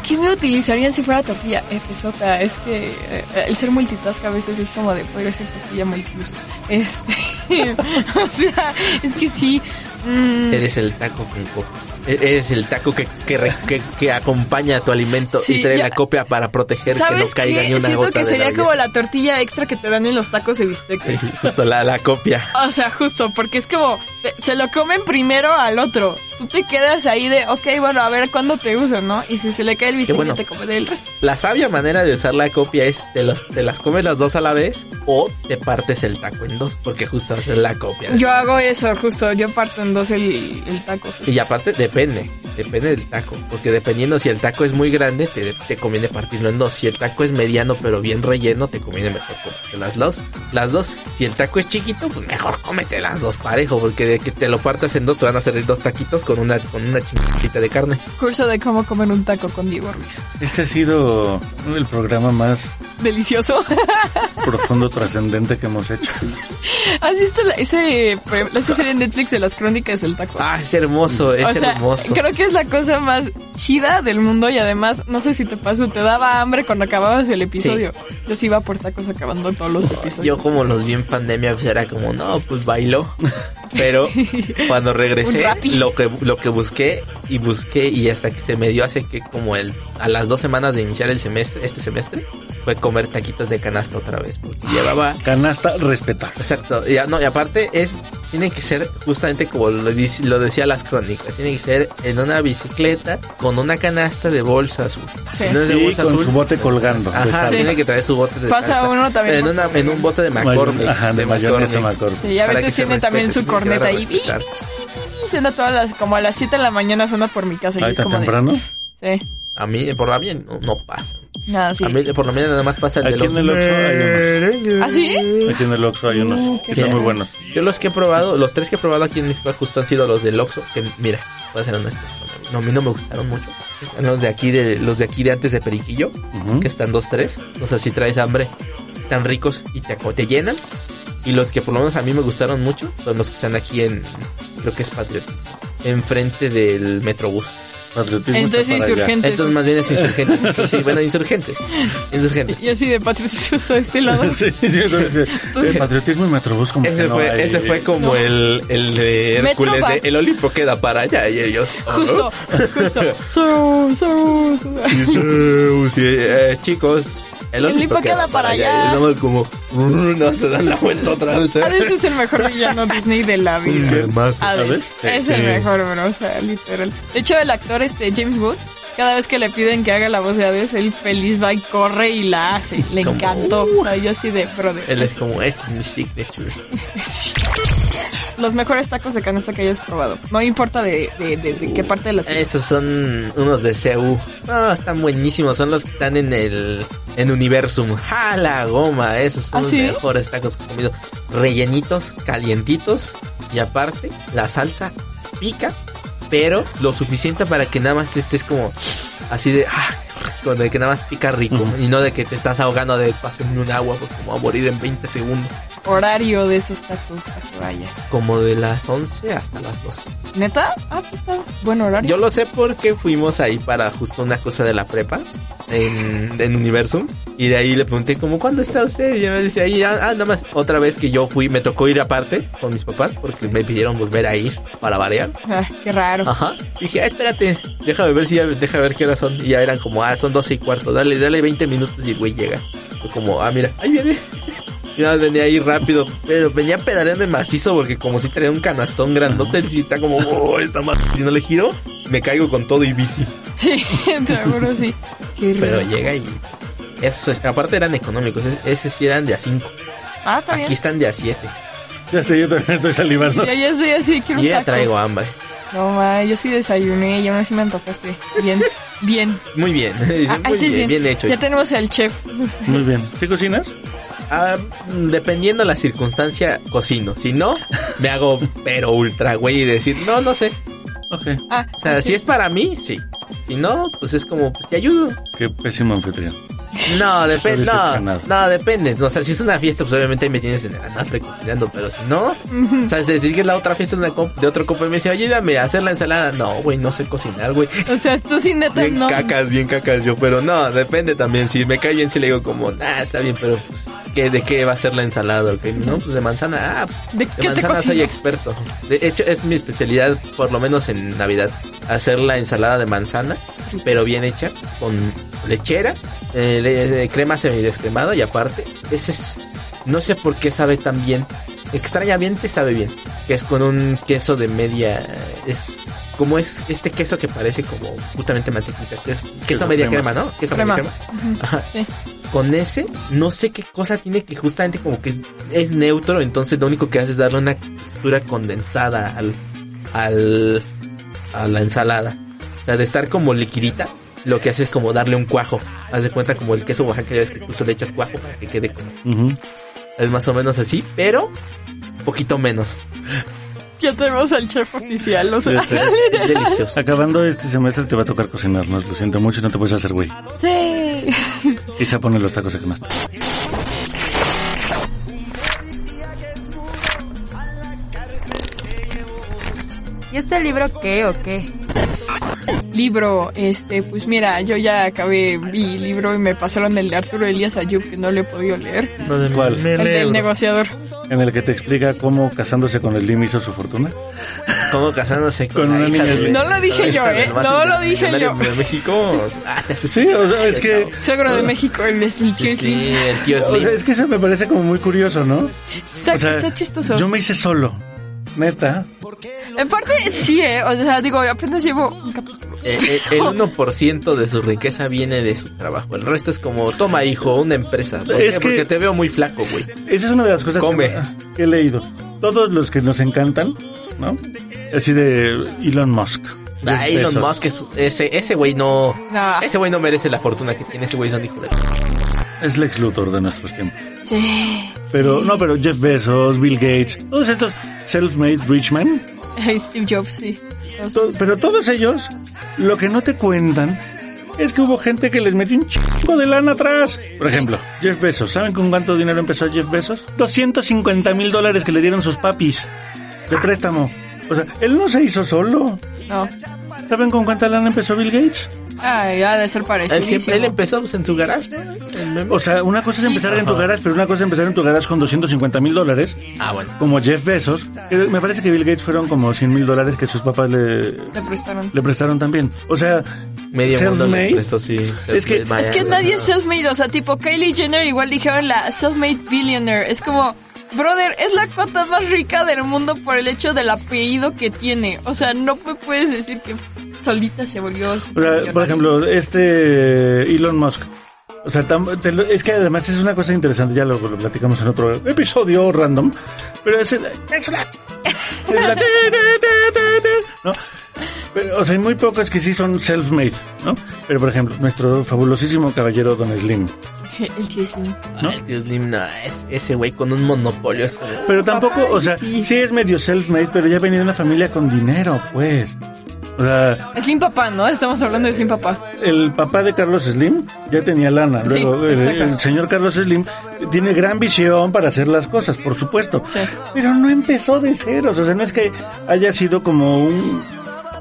F: ¿Qué me utilizarían si fuera tortilla? FZ, es que eh, el ser multitask a veces es como de poder ser tortilla multiusos. Este, <laughs> o sea, es que sí. mm,
E: Eres el taco con co- e- Eres el taco que, que, re- que- que acompaña a tu alimento
F: Sí,
E: y trae
F: ya.
E: la copia para proteger que no
F: ¿Sabes
E: caiga ni
F: qué?
E: una
F: Siento
E: gota
F: que
E: de
F: sería
E: la
F: como
E: belleza.
F: la tortilla extra que te dan en los tacos de bistec.
E: <laughs> Sí, justo la, la copia.
F: O sea, justo, porque es como, te- se lo comen primero al otro. Tú te quedas ahí de, ok, bueno, a ver cuándo te uso, ¿no? Y si se le cae el bistec,
E: bueno.
F: ya te comes el resto.
E: La sabia manera de usar la copia es te, los- te las comes las dos a la vez o te partes el taco en dos porque justo es la copia.
F: Yo hago eso, justo, yo parto en dos el, el taco.
E: Y aparte depende, depende del taco, porque dependiendo si el taco es muy grande te, te conviene partirlo en dos, si el taco es mediano pero bien relleno te conviene mejor comerte las dos, las dos, si el taco es chiquito pues mejor cómete las dos parejo, porque de que te lo partas en dos te van a salir dos taquitos con una con una chingadita de carne.
F: Curso de cómo comer un taco con Diego Ruiz.
G: Este ha sido el programa más
F: Delicioso. <laughs>
G: profundo, trascendente que hemos hecho.
F: ¿Has visto la, ese, pre- la esa serie en Netflix de las crónicas del taco?
E: Ah, es hermoso, es
F: O sea,
E: hermoso.
F: Creo que es la cosa más chida del mundo y además, no sé si te pasó, te daba hambre cuando acababas el episodio. Yo sí iba por tacos acabando todos los episodios.
E: Yo como los vi en pandemia pues era como, no, pues bailó. Pero
F: <laughs>
E: cuando
F: Un
E: regresé,
F: rapi.
E: lo que, lo que busqué y busqué y hasta que se me dio hace que como el, a las dos semanas de iniciar el semestre, este semestre, fue comer taquitos de canasta otra vez. Porque
F: Ah,
E: llevaba...
G: Canasta respetar.
E: Exacto, y, a- no, y aparte es, tiene que ser justamente como lo, dice- lo decía las crónicas, tiene que ser en una bicicleta con una canasta de bolsa azul.
F: Sí.
E: Si no es de
G: Y
E: bolsa
G: con
E: azul,
G: su bote colgando. de
E: Ajá,
G: sal.
F: Sí.
E: tiene que traer su bote de
F: Pasa
E: salsa.
F: uno también
E: En,
F: por
E: una- en un bote de
G: Mayo-
E: McCormick.
G: Ajá, de mayonesa McCormick.
F: Sí, y a
E: Para
F: veces
E: que se
F: tiene también
E: respete,
F: su
E: se tiene que
F: corneta
E: dar a
F: ahí.
E: respetar.
F: Suena todas las, como a las 7 de la mañana suena por mi casa. Y
G: Ahí
F: es
G: tan
F: como de-
G: temprano.
F: sí.
E: A mí, por la mía, no, no pasa.
F: Nada, sí.
E: A mí, por la mía, nada más pasa el de
G: Aquí
E: los...
G: en el Oxxo hay
F: ¿Ah, sí?
G: unos. Aquí en el Oxxo hay
F: Mm,
G: unos. Que están muy buenos.
E: Yo los que he probado, los tres que he probado aquí en México justo han sido los del Oxxo, que mira, voy a ser honesto, no, a mí no me gustaron mucho. Están los de aquí de, los de aquí de antes de Periquillo,
G: Ujú.
E: que están dos, tres. O sea, si traes hambre, están ricos y te, aco- te llenan. Y los que por lo menos a mí me gustaron mucho son los que están aquí en, creo que es Patriotismo, enfrente del Metrobús.
G: Patriotismo
F: Entonces
G: está para allá.
F: insurgentes.
E: Entonces más bien es insurgentes. Sí, bueno, insurgentes.
G: <laughs>
E: Insurgentes.
F: Y así de patricio a este lado.
G: Sí, sí, entonces,
F: pues,
G: eh, <laughs> patriotismo y metrobús como que
E: Ese
G: no
E: fue,
G: hay.
E: ese fue como
F: No.
E: el, el de
F: Metro
E: Hércules
F: va.
E: de El Olimpo queda para allá y ellos.
F: Justo,
E: "Oh".
F: justo. So, so, so.
E: Y Zeus, y, eh, chicos, el Olimpo queda, para allá. Y nada más como "Rrr", no se dan la vuelta otra vez. <laughs> ¿eh?
F: Hades Ah, es el mejor villano Disney de la vida.
E: Más,
F: Hades. Es el
G: Eh, Sí.
F: mejor, bro. O sea, literal. De hecho, el actor este James Wood, cada vez que le piden que haga la voz de Hades, él feliz va y corre y la hace. Le
E: Como,
F: encantó. O sea, yo así de, brother.
E: Él es como, este es mi signature.
F: Los mejores tacos de canasta que hayas probado. No importa de, de- de- de qué parte de la ciudad.
E: Esos son unos de CU. No, están buenísimos. Son los que están en el. En Universum. ¡Jala goma! Esos son
F: ¿Ah,
E: los
F: sí?
E: mejores tacos que he comido. Rellenitos, calientitos. Y aparte, la salsa pica. Pero lo suficiente para que nada más te estés como. Así de. ¡Ah! Con el que nada más pica rico. Y no de que te estás ahogando de pásenme un agua porque me voy a morir en 20 segundos.
F: Horario de esos tacos para que vayas.
E: Como de las 11 hasta las 2.
F: ¿Neta? Ah, pues está buen horario.
E: Yo lo sé porque fuimos ahí para justo una cosa de la prepa en, en Universum. Y de ahí le pregunté como, ¿cuándo está usted? Y me dice, ahí, ah, ah, nada más. Otra vez que yo fui, me tocó ir aparte con mis papás porque me pidieron volver a ir para variar.
F: Ah, qué raro.
E: Ajá. Dije, ah, espérate, déjame ver si ya, déjame ver qué horas son. Y ya eran como, ah, son 12 y cuarto. Dale, dale 20 minutos y el güey llega. Fue como, ah, mira, ahí viene. <laughs> Y nada, más venía ahí rápido. Pero venía pedaleando de macizo porque como si traía un canastón grandote. Y está como, oh, esta madre. Si no le giro, me caigo con todo y bici.
F: <laughs> Sí, seguro sí. Qué
E: Pero
F: rico.
E: llega y... Eso, aparte eran económicos. Ese, ese sí eran de a 5.
F: Ah, está
E: Aquí
F: bien.
E: están de a 7.
F: <laughs>
G: Ya sé, yo también estoy salivando.
F: Yo ya estoy así, quiero un
E: Yo ya
F: taco.
E: traigo hambre.
F: No, ma, yo sí desayuné y aún así me antojaste. Bien, bien.
E: Muy bien. <laughs>
F: Ah,
E: Muy
F: así es
E: bien, bien hecho.
F: Ya tenemos al chef.
G: Muy bien. ¿Sí cocinas?
E: Ah, mm, dependiendo la circunstancia, cocino. Si no, me hago pero ultra güey y decir, no, no sé.
G: Ok.
F: Ah,
E: O sea,
F: ok.
E: si es para mí, sí. Si no, pues es como, pues te ayudo.
G: Qué pésimo anfitrión.
E: No, depende.
G: Estoy
E: No,
G: decepcionado.
E: no, depende. O sea, si es una fiesta, pues obviamente ahí me tienes en el anafre cocinando, pero si no, o sea, si decir que es la otra fiesta de, una comp- de otro compa y me dice, oye, dame a hacer la ensalada. No, güey, no sé cocinar, güey.
F: O sea, tú sí neta
E: Bien
F: no.
E: cacas, bien cacas yo, pero no, depende también. Si me cae bien, si le digo como, ah, está bien, pero pues, ¿qué, ¿de qué va a ser la ensalada? ok? No, pues de manzana, ah,
F: ¿De
E: de,
F: qué te
E: manzana
F: cocino?
E: soy experto. De hecho, es mi especialidad, por lo menos en Navidad, hacer la ensalada de manzana, pero bien hecha, con lechera, eh, le- eh, crema semidescremada y aparte, ese es, no sé por qué sabe tan bien. Extrañamente sabe bien, que es con un queso de media, es como es este queso que parece como justamente mantequita, que es queso media crema, ¿no? Queso
F: Crema.
E: media crema. Ajá. Con ese, no sé qué cosa tiene que justamente como que es, es neutro, entonces lo único que hace es darle una textura condensada al, al, a la ensalada. O sea, de estar como liquidita, lo que hace es como darle un cuajo. Haz de cuenta como el queso oaxaca, ya ves que justo le echas cuajo para que quede como,
G: Ujú.
E: es más o menos así, pero un poquito menos.
F: Ya tenemos al chef oficial, o sea.
E: Es, es delicioso.
G: Acabando este semestre te va a tocar cocinarnos. Lo siento mucho, no te puedes hacer güey.
F: Sí.
G: Quizá poner los tacos que más.
B: ¿Y este libro qué o qué?
F: Libro, este, pues mira, yo ya acabé mi libro y me pasaron el de Arturo Elías Ayub, que no lo he podido leer.
G: ¿Cuál?
F: El del negociador.
G: En el que te explica cómo casándose con el Lim hizo su fortuna.
E: Como casándose con,
G: Con
E: la
G: una
E: hija
G: niña.
E: del-
F: No lo dije
E: la hija
F: yo,
E: del
F: ¿eh?
E: más
F: No lo dije
E: millonario
F: yo.
E: de México. Ah, te asusté.
G: Sí, o sea, es que...
F: Suegro de México, el de Slim
E: Sí,
F: Slim.
E: sí, el <laughs> tío
G: O sea,
E: Slim.
G: es que eso me parece como muy curioso, ¿no?
F: Está,
G: O sea,
F: está chistoso.
G: Yo me hice solo. Neta.
F: En parte, sí, ¿eh? O sea, digo, apenas llevo un capítulo.
E: Eh, eh, El, 1% de su riqueza viene de su trabajo. El resto es como, toma hijo, una empresa. ¿Por
G: Es
E: qué?
G: que-
E: Porque te veo muy flaco, güey.
G: Esa es una de las cosas
E: Come.
G: que- que he leído. Todos los que nos encantan, ¿no? Así de Elon Musk.
E: Ah, Elon
G: Bezos.
E: Musk, es- ese ese güey no...
F: No.
E: Ese güey no merece la fortuna que tiene. Ese güey es un hijo de...
G: Es Lex Luthor de nuestros tiempos.
F: Sí.
G: Pero, no, pero Jeff Bezos, Bill Gates, todos estos self-made rich men,
F: Steve Jobs, sí.
G: to- pero todos ellos, lo que no te cuentan es que hubo gente que les metió un chingo de lana atrás. Por ejemplo, Jeff Bezos. ¿Saben con cuánto dinero empezó Jeff Bezos? 250 mil dólares que le dieron sus papis de préstamo. O sea, él no se hizo solo.
F: No.
G: ¿Saben con cuánta lana empezó Bill Gates?
F: Ay, ha de ser
E: Él, siempre, él
F: parecido.
E: empezó pues, en su garage. ¿no? En Memo.
G: O sea, una cosa es
F: Sí.
G: empezar en tu garage, pero una cosa es empezar en tu garage con 250 mil dólares
E: Ah, bueno.
G: como Jeff Bezos, que me parece que Bill Gates fueron como 100 mil dólares que sus papás le,
F: Te prestaron.
G: le prestaron también. O sea,
E: Medio mundo
G: self-made.
E: le prestó, sí.
G: Es que-
E: self-made,
F: Es que
E: vaya,
F: nadie
E: no.
F: es self-made, o sea, tipo Kylie Jenner igual dijeron la self-made billionaire. Es como, brother, es la cuota más rica del mundo por el hecho del apellido que tiene. O sea, no me puedes decir que solita se volvió.
G: o sea, por
F: millonaria.
G: ejemplo, este Elon Musk. O sea, tam- te lo- es que además es una cosa interesante, ya lo, lo platicamos en otro episodio random, pero es, el- es la- es la- ¿no? Pero, o sea, hay muy pocos que sí son self-made, ¿no? Pero, por ejemplo, nuestro fabulosísimo caballero Don Slim,
F: El tío Slim.
G: ¿no?
E: Ay, Dios mío, no, es- ese güey con un monopolio es como...
G: Pero tampoco, o sea, sí. es medio self-made, pero ya venía de una familia con dinero, pues. O sea,
F: Slim papá, ¿no? Estamos hablando
G: Eh,
F: de Slim papá.
G: el papá de Carlos Slim ya tenía lana.
F: Sí,
G: Luego, el,
F: exacto.
G: el señor Carlos Slim tiene gran visión para hacer las cosas, por supuesto.
F: Sí.
G: Pero no empezó de ceros. O sea, no es que haya sido como un.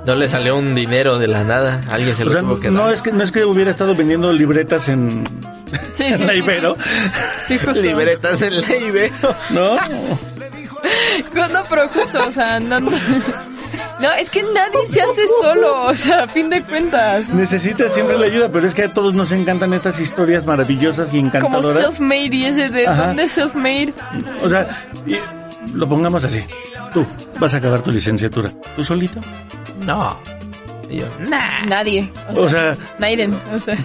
E: No le salió un dinero de la nada. Alguien se
G: O
E: lo
G: sea,
E: tuvo que
G: no
E: dar.
G: es que, no es que hubiera estado vendiendo libretas en,
F: Sí,
G: en
F: sí.
G: la
F: sí,
G: Ibero,
F: Sí, sí justo.
E: Libretas en la Ibero.
G: ¿no?
F: No, pero justo, o sea, no, no. <laughs> No, es que nadie se hace solo, o sea, a fin de cuentas.
G: Necesita siempre la ayuda, pero es que a todos nos encantan estas historias maravillosas y
F: Como
G: encantadoras.
F: self-made y ese de
G: Ajá.
F: dónde es self-made.
G: O sea, y- lo pongamos así. Tú vas a acabar tu licenciatura. ¿Tú solito?
E: No. Y yo, nah.
F: Nadie.
G: O sea,
F: Naiden, o sea.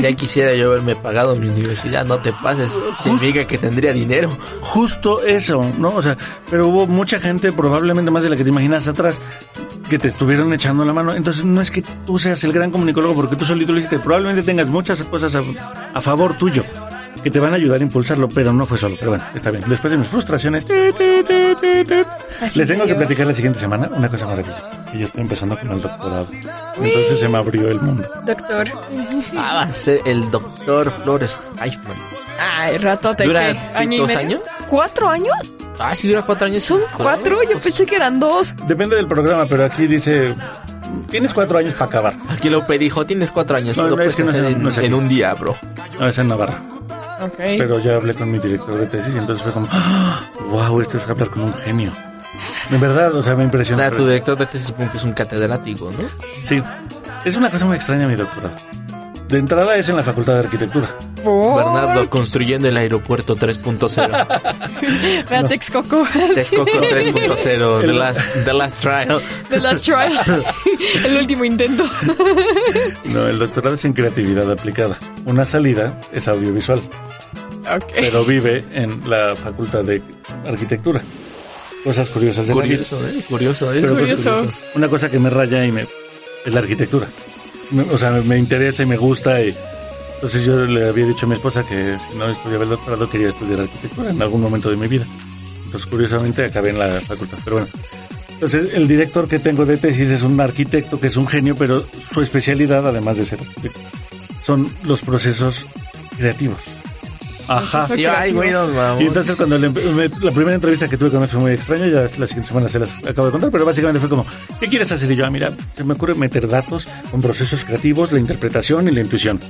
E: Ya quisiera yo haberme pagado mi universidad, no te pases. Significa que tendría dinero.
G: justo eso, ¿no? O sea, pero hubo mucha gente, probablemente más de la que te imaginas atrás, que te estuvieron echando la mano. Entonces, no es que tú seas el gran comunicólogo porque tú solito lo hiciste. Probablemente tengas muchas cosas a, a favor tuyo. que te van a ayudar a impulsarlo, pero no fue solo. Pero bueno, está bien. Después de mis frustraciones, ti, ti, ti, ti, ti,
F: Así
G: les tengo
F: que
G: que
F: yo-
G: platicar la siguiente semana una cosa maravillosa. Que ya estoy empezando con el doctorado. Entonces se me abrió el mundo.
F: Doctor.
E: Ah, va a ser el doctor Flores Eichmann.
F: Ay, ratote.
E: ¿Dura
F: ¿qué? ¿Año y
E: dos
F: medio?
E: años?
F: ¿Cuatro años?
E: Ah, si dura cuatro años. Son
F: ¿Cuatro? Yo pensé que eran dos.
G: Depende del programa, pero aquí dice, tienes cuatro años para acabar.
E: Aquí lo dijo, tienes cuatro años. tú
G: No, no,
E: lo puedes
G: es que no
E: hacer
G: sé,
E: en,
G: no sé.
E: en un día, bro.
G: No, Ah, es en Navarra.
F: Ok.
G: Pero ya hablé con mi director de tesis y entonces fue como, wow, esto es hablar con un genio. En verdad, o sea, me impresionó.
E: Nada, tu director de tesis supongo que es un catedrático, ¿no?
G: Sí. Es una cosa muy extraña mi doctorado. De entrada es en la Facultad de Arquitectura.
F: ¿Por?
E: Bernardo construyendo el aeropuerto 3.0.
F: Ve a Texcoco. <laughs>
E: Texcoco 3.0. The last, the last trial.
F: The last
E: <laughs>
F: try. El último intento.
G: No, el doctorado es en creatividad aplicada. Una salida es audiovisual,
F: Ok.
G: pero vive en la Facultad de Arquitectura. Cosas curiosas de la vida.
E: Curioso, ¿eh? Curioso, ¿eh?
G: Pero pues,
F: curioso.
G: Una cosa que me raya y me es la arquitectura. Me- o sea, me interesa y me gusta y entonces yo le había dicho a mi esposa que si no estudiaba el doctorado quería estudiar arquitectura en algún momento de mi vida. Entonces curiosamente acabé en la facultad, pero bueno. Entonces el director que tengo de tesis es un arquitecto que es un genio, pero su especialidad además de ser arquitecto son los procesos creativos. Ajá.
F: Proceso
E: Y yo, ay, güey, nos vamos.
G: Y entonces cuando le empe- me- la primera entrevista que tuve con él fue muy extraña, ya la siguiente semana se las acabo de contar, pero básicamente fue como, ¿qué quieres hacer? Y yo, ah, mira, se me ocurre meter datos con procesos creativos, la interpretación y la intuición.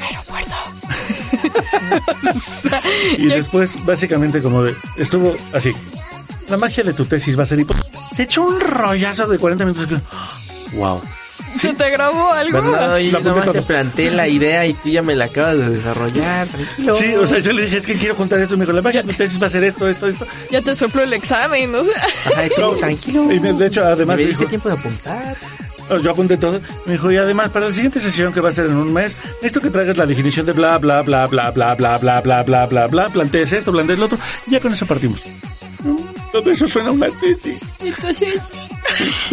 G: <laughs> Y después, básicamente como de, estuvo así, la magia de tu tesis va a ser... hipo- Se echó un rollazo de 40 minutos. que- Wow.
F: ¿Se te grabó algo?
E: Bernardo, yo
G: La apunté
E: nomás te
G: todo.
E: planteé la idea y tú ya me la acabas de desarrollar. Tranquilo.
G: Sí, o sea, yo le dije, es que quiero contar esto, y me dijo, la magia de tu tesis va a ser esto, esto, esto.
F: Ya te sopló el examen, o sea.
E: Ajá, y tú, tranquilo.
G: Y de hecho, además...
E: me
G: me dijo-
E: diste tiempo de apuntar.
G: No, Yo apunté todo. Me dijo, y además, para la siguiente sesión que va a ser en un mes, necesito que traigas la definición de bla, bla, bla, bla, bla, bla, bla, bla, bla, bla, bla, plantees esto, plantees lo otro, y ya con eso partimos. Todo eso suena a una tesis.
F: Entonces,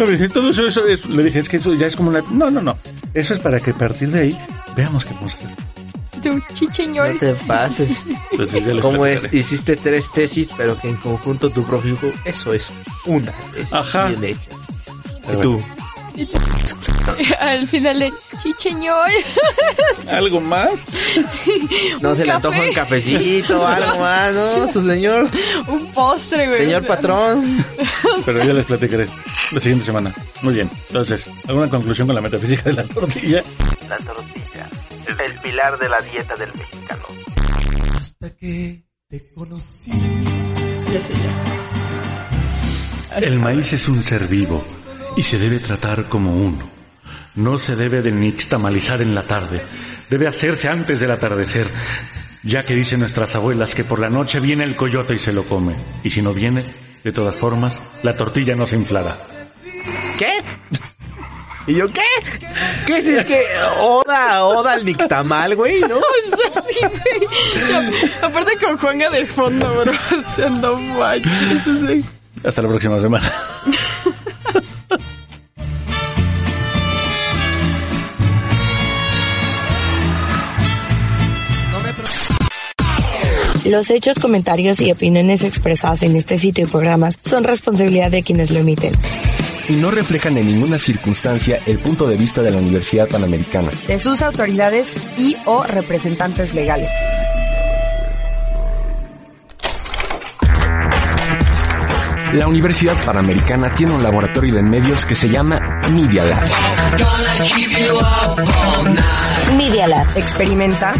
G: No, me dice, Todo eso, eso es- le dije, es que eso ya es como una... No, no, no. Eso es para que a partir de ahí veamos qué vamos a hacer.
F: tu chicheñor.
E: No te pases.
G: Entonces, ya les
E: ¿Cómo es?
G: platicaré.
E: Hiciste tres tesis, pero que en conjunto tu profe dijo, eso es una tesis
G: Ajá.
E: bien hecha.
G: Pero
E: Y tú,
F: Al final de chicheñor.
G: ¿Algo más?
E: no se
F: café.
E: le antoja un cafecito o algo más, ¿no? Su señor,
F: Un postre, güey.
E: señor patrón.
G: Pero ya les platicaré la siguiente semana. Muy bien. Entonces, ¿alguna conclusión con la metafísica de la tortilla?
H: La tortilla, el pilar de la dieta del mexicano.
F: Ya sé, ya.
G: El maíz es un ser vivo y se debe tratar como uno. No se debe de nixtamalizar en la tarde. Debe hacerse antes del atardecer, ya que dicen nuestras abuelas que por la noche viene el coyote y se lo come. Y si no viene, de todas formas, la tortilla no se inflará.
E: ¿Qué? ¿Y yo qué? ¿Qué es el que oda, oda al nixtamal, güey,
F: <laughs>
E: no?
F: O sea, sí, güey. Y a- Aparte con Juanga de fondo, bro. <laughs> O sea, no manches. o sea.
G: Hasta la próxima semana.
A: Los hechos, comentarios y opiniones expresadas en este sitio y programas son responsabilidad de quienes lo emiten.
C: Y no reflejan en ninguna circunstancia el punto de vista de la Universidad Panamericana.
D: De sus autoridades y o representantes legales.
C: La Universidad Panamericana tiene un laboratorio de medios que se llama Media Lab.
A: Media Lab.
D: Experimenta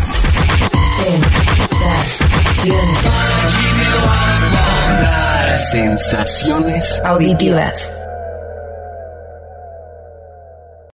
C: Sensaciones
A: Auditivas.